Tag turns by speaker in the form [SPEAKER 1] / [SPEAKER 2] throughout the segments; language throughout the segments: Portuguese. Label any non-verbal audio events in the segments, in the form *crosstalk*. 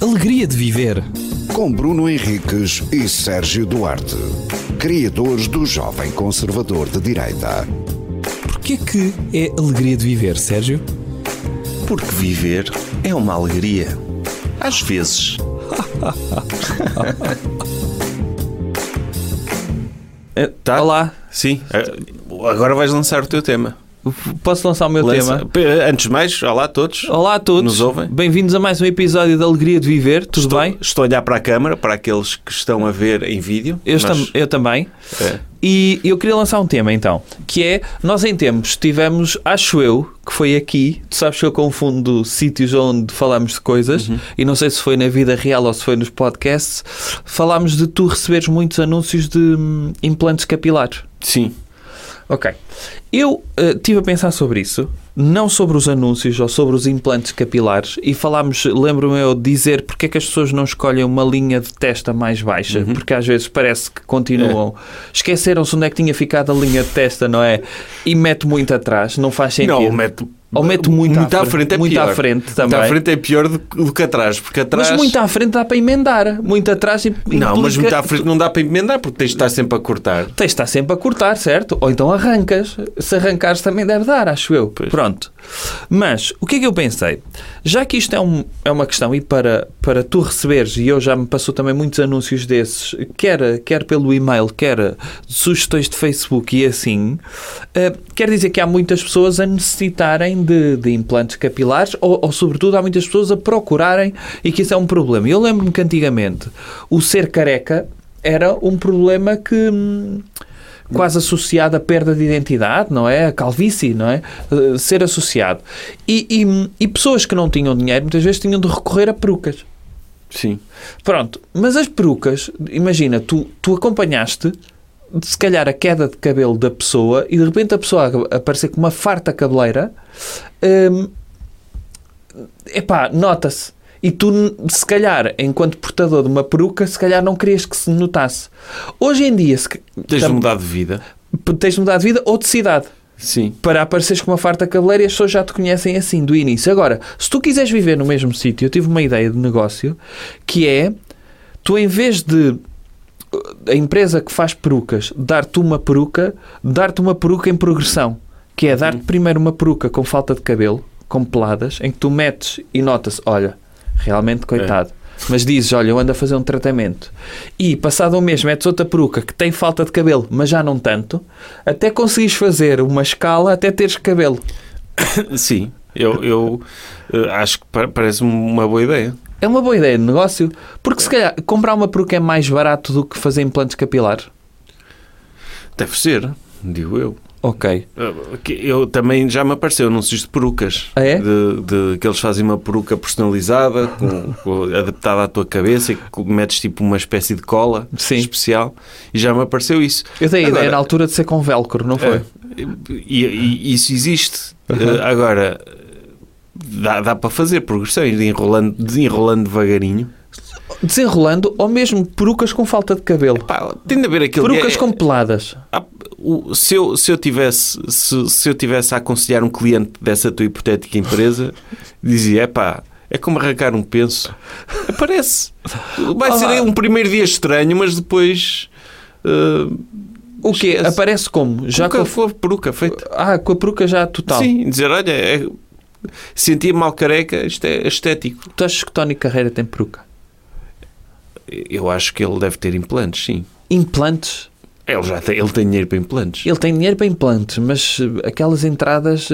[SPEAKER 1] alegria de viver.
[SPEAKER 2] Com Bruno Henriques e Sérgio Duarte, criadores do Jovem Conservador de Direita.
[SPEAKER 1] Porquê que é alegria de viver, Sérgio?
[SPEAKER 3] Porque viver é uma alegria. Às vezes. É, tá?
[SPEAKER 4] Olá.
[SPEAKER 3] Sim. É, Agora vais lançar o teu tema.
[SPEAKER 4] Posso lançar o meu
[SPEAKER 3] Lança-
[SPEAKER 4] tema?
[SPEAKER 3] P- Antes de mais, olá a todos.
[SPEAKER 4] Olá a todos.
[SPEAKER 3] Nos ouvem?
[SPEAKER 4] Bem-vindos a mais um episódio da Alegria de Viver. Tudo
[SPEAKER 3] estou,
[SPEAKER 4] bem?
[SPEAKER 3] Estou a olhar para a câmara, para aqueles que estão a ver em vídeo.
[SPEAKER 4] Eu,
[SPEAKER 3] Nós-
[SPEAKER 4] tam- eu também.
[SPEAKER 3] É.
[SPEAKER 4] E eu queria lançar um tema então, que é nós em tempos tivemos, acho eu, que foi aqui, tu sabes que eu confundo sítios onde falamos de coisas,
[SPEAKER 3] Uhum.
[SPEAKER 4] e não sei se foi na vida real ou se foi nos podcasts, falámos de tu receberes muitos anúncios de hum, implantes capilares.
[SPEAKER 3] Sim.
[SPEAKER 4] Ok. Eu estive a pensar sobre isso, não sobre os anúncios ou sobre os implantes capilares, e falámos, lembro-me eu, de dizer porque é que as pessoas não escolhem uma linha de testa mais baixa,
[SPEAKER 3] Uhum.
[SPEAKER 4] porque às vezes parece que
[SPEAKER 3] É.
[SPEAKER 4] continuam. Esqueceram-se onde é que tinha ficado a linha de testa, não é? E mete muito atrás, não faz sentido.
[SPEAKER 3] Não, mete,
[SPEAKER 4] Ou mete muito, à,
[SPEAKER 3] à frente é
[SPEAKER 4] muito
[SPEAKER 3] pior.
[SPEAKER 4] à frente também.
[SPEAKER 3] Muito à frente é pior do, do que atrás, porque atrás...
[SPEAKER 4] Mas muito à frente dá para emendar, muito atrás. im-
[SPEAKER 3] Não, mas
[SPEAKER 4] implica-
[SPEAKER 3] muito à frente não dá para emendar, porque tens de estar sempre a cortar.
[SPEAKER 4] Tens de estar sempre a cortar, certo? Ou então arrancas. Se arrancares também deve dar, acho eu. Pronto. Mas o que é que eu pensei? Já que isto é, um- é uma questão e para, para tu receberes, e eu já me passou também muitos anúncios desses, quer, quer pelo e-mail, quer sugestões de Facebook e assim, eh, quer dizer que há muitas pessoas a necessitarem de, de implantes capilares ou, ou, sobretudo, há muitas pessoas a procurarem e que isso é um problema. Eu lembro-me que antigamente o ser careca era um problema que hum, quase associado à perda de identidade, não é? A calvície, não é? Eh, ser associado. E, e, hum, e pessoas que não tinham dinheiro muitas vezes tinham de recorrer a perucas.
[SPEAKER 3] Sim.
[SPEAKER 4] Pronto, mas as perucas, imagina, tu, tu acompanhaste se calhar a queda de cabelo da pessoa e de repente a pessoa a- aparecer com uma farta cabeleira, hum, epá, nota-se. E tu, n- se calhar, enquanto portador de uma peruca, se calhar não querias que se notasse. Hoje em dia, se, ca-
[SPEAKER 3] Tens de
[SPEAKER 4] tam-
[SPEAKER 3] mudar de vida.
[SPEAKER 4] tens de mudar de vida ou de cidade
[SPEAKER 3] Sim.
[SPEAKER 4] para apareceres com uma farta cabeleira e as pessoas já te conhecem assim, do início. Agora, se tu quiseres viver no mesmo sítio, eu tive uma ideia de negócio que é tu, em vez de uh, a empresa que faz perucas dar-te uma peruca, dar-te uma peruca em progressão, que é dar-te primeiro uma peruca com falta de cabelo, com peladas, em que tu metes e notas, olha, realmente coitado. Mas dizes, olha, eu ando a fazer um tratamento. E passado um mês metes outra peruca que tem falta de cabelo, mas já não tanto, até conseguires fazer uma escala até teres cabelo.
[SPEAKER 3] *laughs* Sim. Eu, eu eh, acho que pa- parece-me uma boa ideia.
[SPEAKER 4] É uma boa ideia de negócio, porque se calhar comprar uma peruca é mais barato do que fazer implantes capilares.
[SPEAKER 3] Deve ser, digo eu.
[SPEAKER 4] Ok.
[SPEAKER 3] Eh, que Eu também já me apareceu anúncios de perucas.
[SPEAKER 4] Ah, é?
[SPEAKER 3] De, de- que eles fazem uma peruca personalizada, com- com- adaptada à tua cabeça, e que metes tipo uma espécie de cola
[SPEAKER 4] Sim.
[SPEAKER 3] especial. E já me apareceu isso.
[SPEAKER 4] Eu dei a
[SPEAKER 3] Agora- É.
[SPEAKER 4] ideia na altura de ser com velcro, não foi?
[SPEAKER 3] E, e isso existe. Eh, Agora, dá, dá para fazer progressões, de enrolando, desenrolando devagarinho.
[SPEAKER 4] Desenrolando ou mesmo perucas com falta de cabelo.
[SPEAKER 3] Pá, tem de haver aquilo que
[SPEAKER 4] Perucas
[SPEAKER 3] é-
[SPEAKER 4] com peladas.
[SPEAKER 3] Ah, o- se, eu, se, eu tivesse, se, se eu tivesse a aconselhar um cliente dessa tua hipotética empresa,
[SPEAKER 4] *laughs*
[SPEAKER 3] dizia: é pá, é como arrancar um penso. Aparece. Vai
[SPEAKER 4] Olá.
[SPEAKER 3] ser um primeiro dia estranho, mas depois. ah,
[SPEAKER 4] O quê?
[SPEAKER 3] Esquece.
[SPEAKER 4] Aparece como? Já com
[SPEAKER 3] nunca
[SPEAKER 4] a,
[SPEAKER 3] foi peruca feita.
[SPEAKER 4] ah, com a peruca já total.
[SPEAKER 3] Sim, dizer: olha, é, sentia-me mal careca, isto é estético.
[SPEAKER 4] Tu achas que Tony Carreira tem peruca?
[SPEAKER 3] Eu acho que ele deve ter implantes, sim.
[SPEAKER 4] Implantes?
[SPEAKER 3] Ele já tem, ele tem dinheiro para implantes.
[SPEAKER 4] Ele tem dinheiro para implantes, mas eh, aquelas entradas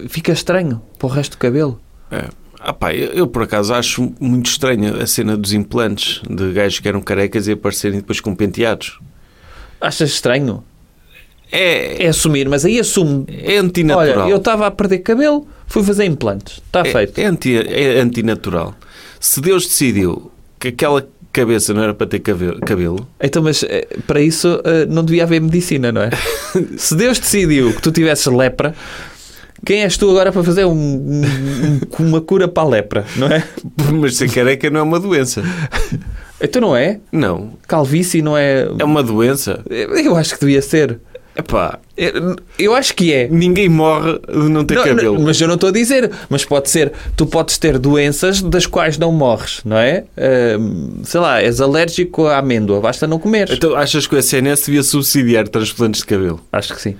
[SPEAKER 4] eh, fica estranho para o resto do cabelo.
[SPEAKER 3] É. Ah, pá, eu, eu, por acaso acho muito estranha a cena dos implantes de gajos que eram carecas e aparecerem depois com penteados.
[SPEAKER 4] Achas estranho?
[SPEAKER 3] É,
[SPEAKER 4] É assumir, mas aí assumo.
[SPEAKER 3] é antinatural.
[SPEAKER 4] Olha, eu estava a perder cabelo, fui fazer implantes. Está feito.
[SPEAKER 3] é, é, anti, é antinatural. Se Deus decidiu que aquela cabeça não era para ter cabelo, cabelo *laughs*
[SPEAKER 4] Então, mas eh, para isso eh, não devia haver
[SPEAKER 3] *laughs*
[SPEAKER 4] medicina, não é? Se Deus decidiu que tu tivesses lepra, quem és tu agora para fazer um- um- um- uma cura para a lepra, não é?
[SPEAKER 3] mas ser careca não é uma doença.
[SPEAKER 4] Então não é?
[SPEAKER 3] Não,
[SPEAKER 4] Calvície não é.
[SPEAKER 3] é uma doença.
[SPEAKER 4] Eu acho que devia ser.
[SPEAKER 3] Epá,
[SPEAKER 4] Eu- Eu acho que é.
[SPEAKER 3] ninguém morre de não ter
[SPEAKER 4] Não, não,
[SPEAKER 3] cabelo.
[SPEAKER 4] mas eu não estou a dizer, mas pode ser, tu podes ter doenças das quais não morres, não é? Ahm, sei lá, és alérgico à amêndoa, basta não comeres.
[SPEAKER 3] Então achas que o SNS devia subsidiar transplantes de cabelo?
[SPEAKER 4] Acho que sim.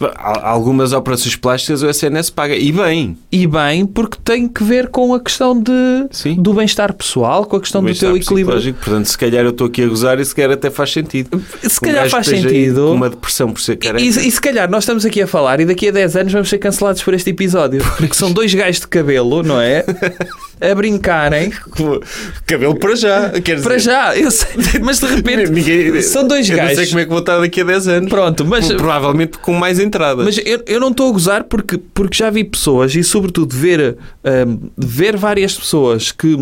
[SPEAKER 3] Há- Algumas operações plásticas o SNS paga. E bem,
[SPEAKER 4] E bem, porque tem que ver com a questão de,
[SPEAKER 3] Sim.
[SPEAKER 4] do bem-estar pessoal, com a questão do
[SPEAKER 3] bem-estar
[SPEAKER 4] teu equilíbrio.
[SPEAKER 3] psicológico. Portanto, se calhar eu estou aqui a gozar e se calhar até faz sentido.
[SPEAKER 4] Se
[SPEAKER 3] Um
[SPEAKER 4] calhar
[SPEAKER 3] gajo
[SPEAKER 4] faz
[SPEAKER 3] que esteja aí
[SPEAKER 4] sentido.
[SPEAKER 3] com Uma depressão por ser careca.
[SPEAKER 4] E, e se calhar nós estamos aqui a falar e daqui a 10 anos vamos ser cancelados por este episódio. Porque são dois gajos de cabelo, não
[SPEAKER 3] *laughs*
[SPEAKER 4] é? A brincarem.
[SPEAKER 3] Cabelo para já, quer
[SPEAKER 4] Para já, eu sei, mas de repente são dois
[SPEAKER 3] eu Não sei
[SPEAKER 4] gajos.
[SPEAKER 3] como é que vou estar daqui a 10 anos.
[SPEAKER 4] Pronto, mas,
[SPEAKER 3] Provavelmente com mais entradas.
[SPEAKER 4] mas eu, eu não estou a gozar porque, porque já vi pessoas e, sobretudo, ver, hum, ver várias pessoas que,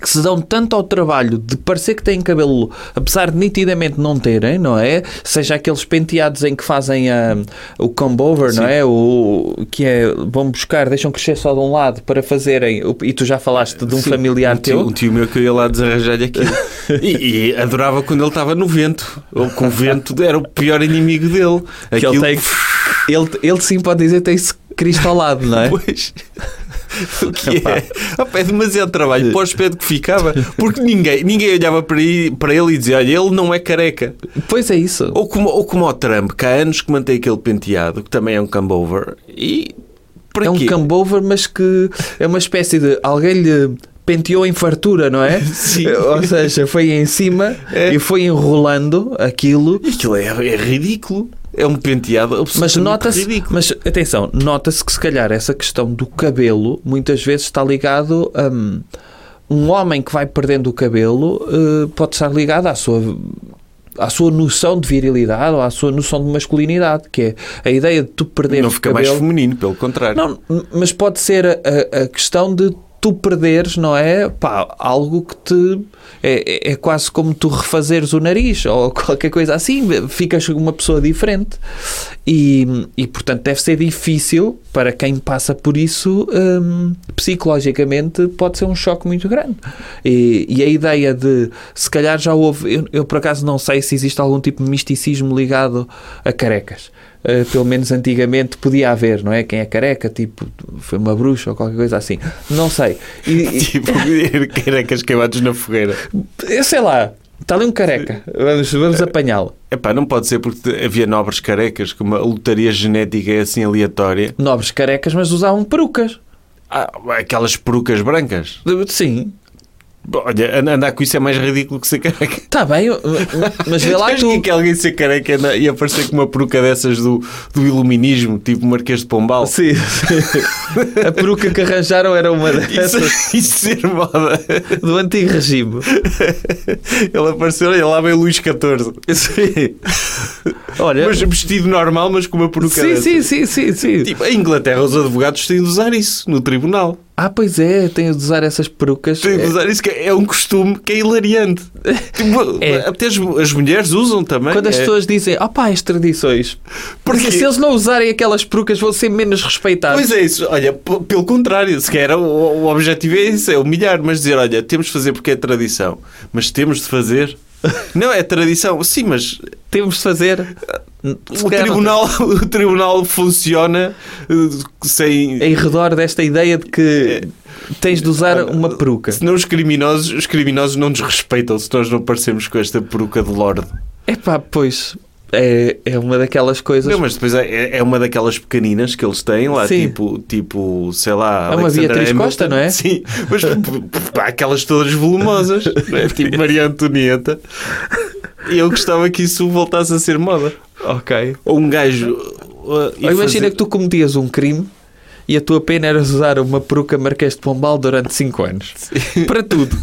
[SPEAKER 4] que se dão tanto ao trabalho de parecer que têm cabelo, apesar de nitidamente não terem, não é? Seja aqueles penteados em que fazem a- o comb over, não é? O, que é, vão buscar, deixam crescer só de um lado para fazerem, o- e tu já falaste de um
[SPEAKER 3] Sim,
[SPEAKER 4] familiar
[SPEAKER 3] um tio,
[SPEAKER 4] teu.
[SPEAKER 3] Um tio meu que eu ia lá desarranjar-lhe
[SPEAKER 4] *laughs*
[SPEAKER 3] aquilo. e, e adorava quando ele estava no vento. Ou com o vento era o pior inimigo dele.
[SPEAKER 4] que ele,
[SPEAKER 3] Aquilo-
[SPEAKER 4] tem, ele, ele sim pode dizer que tem-se cristalado, não é?
[SPEAKER 3] *laughs*
[SPEAKER 4] *laughs*
[SPEAKER 3] Pois. O que é? Opa, é demasiado trabalho para o aspecto que ficava, porque ninguém, ninguém olhava para, aí- para ele e dizia: Olha, ele não é careca.
[SPEAKER 4] Pois é isso.
[SPEAKER 3] Ou como, ou como o Trump, que há anos que mantém aquele penteado, que também é um combover, e para
[SPEAKER 4] é um
[SPEAKER 3] quê?
[SPEAKER 4] cambover, mas que é uma espécie de. Alguém lhe penteou em fartura, não é?
[SPEAKER 3] *laughs* Sim.
[SPEAKER 4] Ou seja, foi em cima
[SPEAKER 3] É.
[SPEAKER 4] e foi enrolando aquilo.
[SPEAKER 3] E Aquilo é, é ridículo. É um penteado
[SPEAKER 4] Mas
[SPEAKER 3] absolutamente
[SPEAKER 4] nota-se,
[SPEAKER 3] ridículo.
[SPEAKER 4] mas atenção, nota-se que se calhar essa questão do cabelo muitas vezes está ligado a hum, um homem que vai perdendo o cabelo eh, pode estar ligado à sua à sua noção de virilidade ou à sua noção de masculinidade, que é a ideia de tu perderes
[SPEAKER 3] Não
[SPEAKER 4] o
[SPEAKER 3] fica mais
[SPEAKER 4] cabelo.
[SPEAKER 3] feminino, pelo contrário.
[SPEAKER 4] Não, mas pode ser a, a questão de tu perderes, não é? Pá, algo que te. É, é- é quase como tu refazeres o nariz *laughs* ou qualquer coisa assim. Ficas uma pessoa diferente. E, e portanto, deve ser difícil para quem passa por isso, hum, psicologicamente, pode ser um choque muito grande. E, e a ideia de. Se calhar já houve. Eu, eu, por acaso, não sei se existe algum tipo de misticismo ligado a carecas. Uh, pelo menos antigamente podia haver, não é? Quem é careca, tipo, foi uma bruxa ou qualquer coisa assim. Não sei. E,
[SPEAKER 3] *laughs* Tipo, carecas queimados na fogueira.
[SPEAKER 4] e- eu sei lá, está ali um careca. Vamos, vamos apanhá-lo.
[SPEAKER 3] Epá, não pode ser porque havia nobres carecas, que uma lotaria genética é assim aleatória.
[SPEAKER 4] Nobres carecas, mas usavam perucas.
[SPEAKER 3] Ah, aquelas perucas brancas.
[SPEAKER 4] Sim.
[SPEAKER 3] Bom, Olha, an- andar com isso é mais ridículo que ser careca.
[SPEAKER 4] Está bem, eu- mas
[SPEAKER 3] *laughs*
[SPEAKER 4] vê lá
[SPEAKER 3] Sabes
[SPEAKER 4] tu.
[SPEAKER 3] que é que alguém ser careca e andar- e aparecer com uma peruca dessas do, do iluminismo, tipo Marquês de Pombal?
[SPEAKER 4] Sim, sim. A peruca que arranjaram era uma
[SPEAKER 3] *laughs* Isso,
[SPEAKER 4] dessas
[SPEAKER 3] isso ser moda. *laughs*
[SPEAKER 4] do antigo regime.
[SPEAKER 3] Ele apareceu, olha lá vem Luís XIV.
[SPEAKER 4] Sim. Olha,
[SPEAKER 3] Mas vestido normal, mas com uma peruca
[SPEAKER 4] sim,
[SPEAKER 3] dessas.
[SPEAKER 4] sim, sim, sim, sim.
[SPEAKER 3] Tipo, em Inglaterra os advogados têm de usar isso no tribunal.
[SPEAKER 4] Ah, pois é, tenho de usar essas perucas.
[SPEAKER 3] Têm de usar isso, que é um costume que é hilariante.
[SPEAKER 4] *laughs*
[SPEAKER 3] Tipo,
[SPEAKER 4] É.
[SPEAKER 3] Até as, as mulheres usam também.
[SPEAKER 4] Quando as
[SPEAKER 3] é.
[SPEAKER 4] pessoas dizem, opá, as tradições. Porque
[SPEAKER 3] Porquê?
[SPEAKER 4] se eles não usarem aquelas perucas vão ser menos respeitados.
[SPEAKER 3] Pois é isso, olha, p- pelo contrário, se calhar o, o objetivo é isso, é humilhar, mas dizer, olha, temos de fazer porque é tradição, mas temos de fazer. *laughs* Não é tradição, sim, mas
[SPEAKER 4] Temos de fazer.
[SPEAKER 3] o tribunal, *laughs* o tribunal funciona eh, sem.
[SPEAKER 4] Em redor desta ideia de que
[SPEAKER 3] É.
[SPEAKER 4] tens de usar uma peruca.
[SPEAKER 3] Senão os criminosos, os criminosos não nos respeitam se nós não parecemos com esta peruca de Lorde.
[SPEAKER 4] Epá, pois. É, é uma daquelas coisas.
[SPEAKER 3] Não, mas depois é, é uma daquelas pequeninas que eles têm lá,
[SPEAKER 4] Sim.
[SPEAKER 3] tipo, tipo, sei lá.
[SPEAKER 4] É uma
[SPEAKER 3] Alexander
[SPEAKER 4] Beatriz
[SPEAKER 3] Hamilton.
[SPEAKER 4] Costa, não
[SPEAKER 3] *laughs*
[SPEAKER 4] é?
[SPEAKER 3] Sim, mas p- p- pá, aquelas todas
[SPEAKER 4] *laughs*
[SPEAKER 3] volumosas, não é? tipo Maria Antonieta. E eu gostava que isso voltasse a ser moda.
[SPEAKER 4] Ok.
[SPEAKER 3] Ou um gajo. uh, ir
[SPEAKER 4] Ou imagina
[SPEAKER 3] fazer-
[SPEAKER 4] que tu cometias um crime e a tua pena era usar uma peruca Marquês de Pombal durante 5 anos.
[SPEAKER 3] *laughs*
[SPEAKER 4] Para tudo.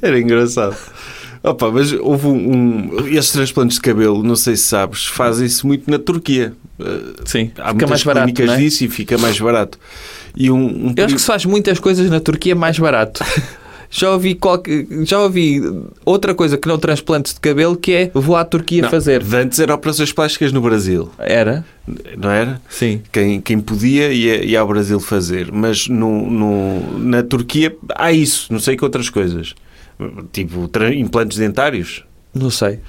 [SPEAKER 3] Era engraçado. Opa, mas houve um, um- Estes transplantes de cabelo, não sei se sabes, fazem-se muito na Turquia. Uh,
[SPEAKER 4] Sim.
[SPEAKER 3] Há
[SPEAKER 4] Fica
[SPEAKER 3] muitas
[SPEAKER 4] mais barato.
[SPEAKER 3] clínicas
[SPEAKER 4] Não é?
[SPEAKER 3] disso e fica mais barato. E um, um
[SPEAKER 4] Eu acho
[SPEAKER 3] período-
[SPEAKER 4] que se faz muitas coisas na Turquia mais
[SPEAKER 3] *laughs*
[SPEAKER 4] barato. Já ouvi, qualquer, já ouvi outra coisa que não transplantes de cabelo que é vou à Turquia
[SPEAKER 3] Não,
[SPEAKER 4] fazer.
[SPEAKER 3] de Antes eram operações plásticas no Brasil,
[SPEAKER 4] Era?
[SPEAKER 3] não era?
[SPEAKER 4] Sim.
[SPEAKER 3] Quem, quem podia ia, ia ao Brasil fazer, mas no, no- na Turquia há isso, não sei que outras coisas, tipo tra- implantes dentários.
[SPEAKER 4] Não sei.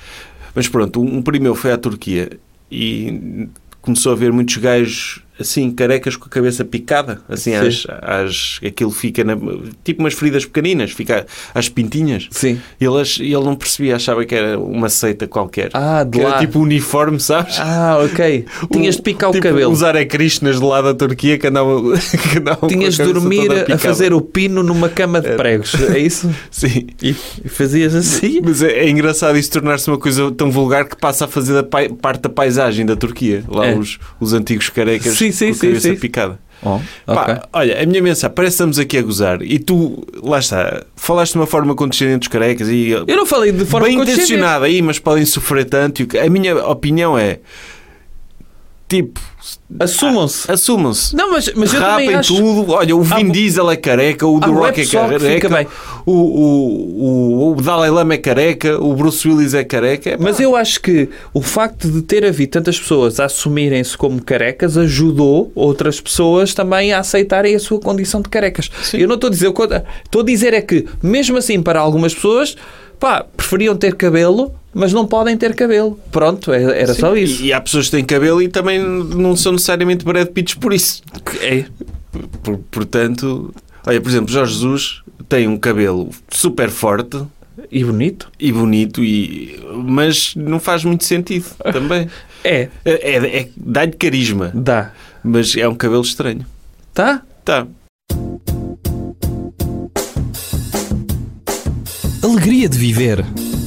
[SPEAKER 3] Mas pronto, um, um primo meu foi à Turquia e começou a ver muitos gajos assim, carecas com a cabeça picada, assim,
[SPEAKER 4] Sim.
[SPEAKER 3] às, às, aquilo fica na- tipo umas feridas pequeninas, fica às pintinhas.
[SPEAKER 4] Sim.
[SPEAKER 3] Ele, ach- ele não percebia, achava que era uma seita qualquer.
[SPEAKER 4] Ah, de
[SPEAKER 3] que era
[SPEAKER 4] lá.
[SPEAKER 3] tipo uniforme, sabes?
[SPEAKER 4] Ah, ok. Tinhas de picar o
[SPEAKER 3] tipo,
[SPEAKER 4] cabelo.
[SPEAKER 3] Uns aracristas de lá da Turquia que andavam, *laughs* que andavam
[SPEAKER 4] Tinhas
[SPEAKER 3] com a
[SPEAKER 4] de
[SPEAKER 3] cabeça
[SPEAKER 4] dormir
[SPEAKER 3] toda
[SPEAKER 4] a
[SPEAKER 3] picada.
[SPEAKER 4] fazer o pino numa cama de pregos, é isso?
[SPEAKER 3] Sim.
[SPEAKER 4] E fazias assim?
[SPEAKER 3] Mas é, é engraçado isso tornar-se uma coisa tão vulgar que passa a fazer da pai- parte da paisagem da Turquia. Lá
[SPEAKER 4] É.
[SPEAKER 3] os, os antigos carecas
[SPEAKER 4] Sim, sim,
[SPEAKER 3] com a
[SPEAKER 4] sim,
[SPEAKER 3] cabeça
[SPEAKER 4] sim.
[SPEAKER 3] picada.
[SPEAKER 4] Oh,
[SPEAKER 3] Pá,
[SPEAKER 4] ok.
[SPEAKER 3] olha, a minha mensagem, parece que estamos aqui a gozar e tu, lá está, falaste de uma forma condescendente dos carecas e
[SPEAKER 4] Eu não falei de forma
[SPEAKER 3] bem
[SPEAKER 4] condescendente.
[SPEAKER 3] intencionada aí, mas podem sofrer tanto. e o que- A minha opinião é tipo,
[SPEAKER 4] Assumam-se.
[SPEAKER 3] assumam-se.
[SPEAKER 4] Não, mas, mas eu também
[SPEAKER 3] Ah. Rapem
[SPEAKER 4] acho...
[SPEAKER 3] tudo, olha, o Vin
[SPEAKER 4] Há-
[SPEAKER 3] Diesel é careca, o The
[SPEAKER 4] há bué
[SPEAKER 3] Rock é
[SPEAKER 4] pessoal que
[SPEAKER 3] careca,
[SPEAKER 4] fica bem.
[SPEAKER 3] o, o, o, o Dalai Lama é careca, o Bruce Willis é careca. É pá,
[SPEAKER 4] Mas eu acho que o facto de ter havido tantas pessoas a assumirem-se como carecas ajudou outras pessoas também a aceitarem a sua condição de carecas. Eu não estou a dizer... o contra- Estou a dizer é que, mesmo assim, para algumas pessoas, pá, preferiam ter cabelo, mas não podem ter cabelo. Pronto, é- era só isso.
[SPEAKER 3] E, e há pessoas que têm cabelo e também não são necessariamente Brad Pitts por isso.
[SPEAKER 4] É.
[SPEAKER 3] Por- portanto, olha, por exemplo, Jorge Jesus tem um cabelo super forte
[SPEAKER 4] E bonito.
[SPEAKER 3] e bonito, e, mas não faz muito sentido
[SPEAKER 4] *laughs*
[SPEAKER 3] também.
[SPEAKER 4] É,
[SPEAKER 3] É, é- é- Dá-lhe carisma,
[SPEAKER 4] dá.
[SPEAKER 3] mas é um cabelo estranho.
[SPEAKER 4] Tá?
[SPEAKER 3] Tá.
[SPEAKER 1] Alegria de viver.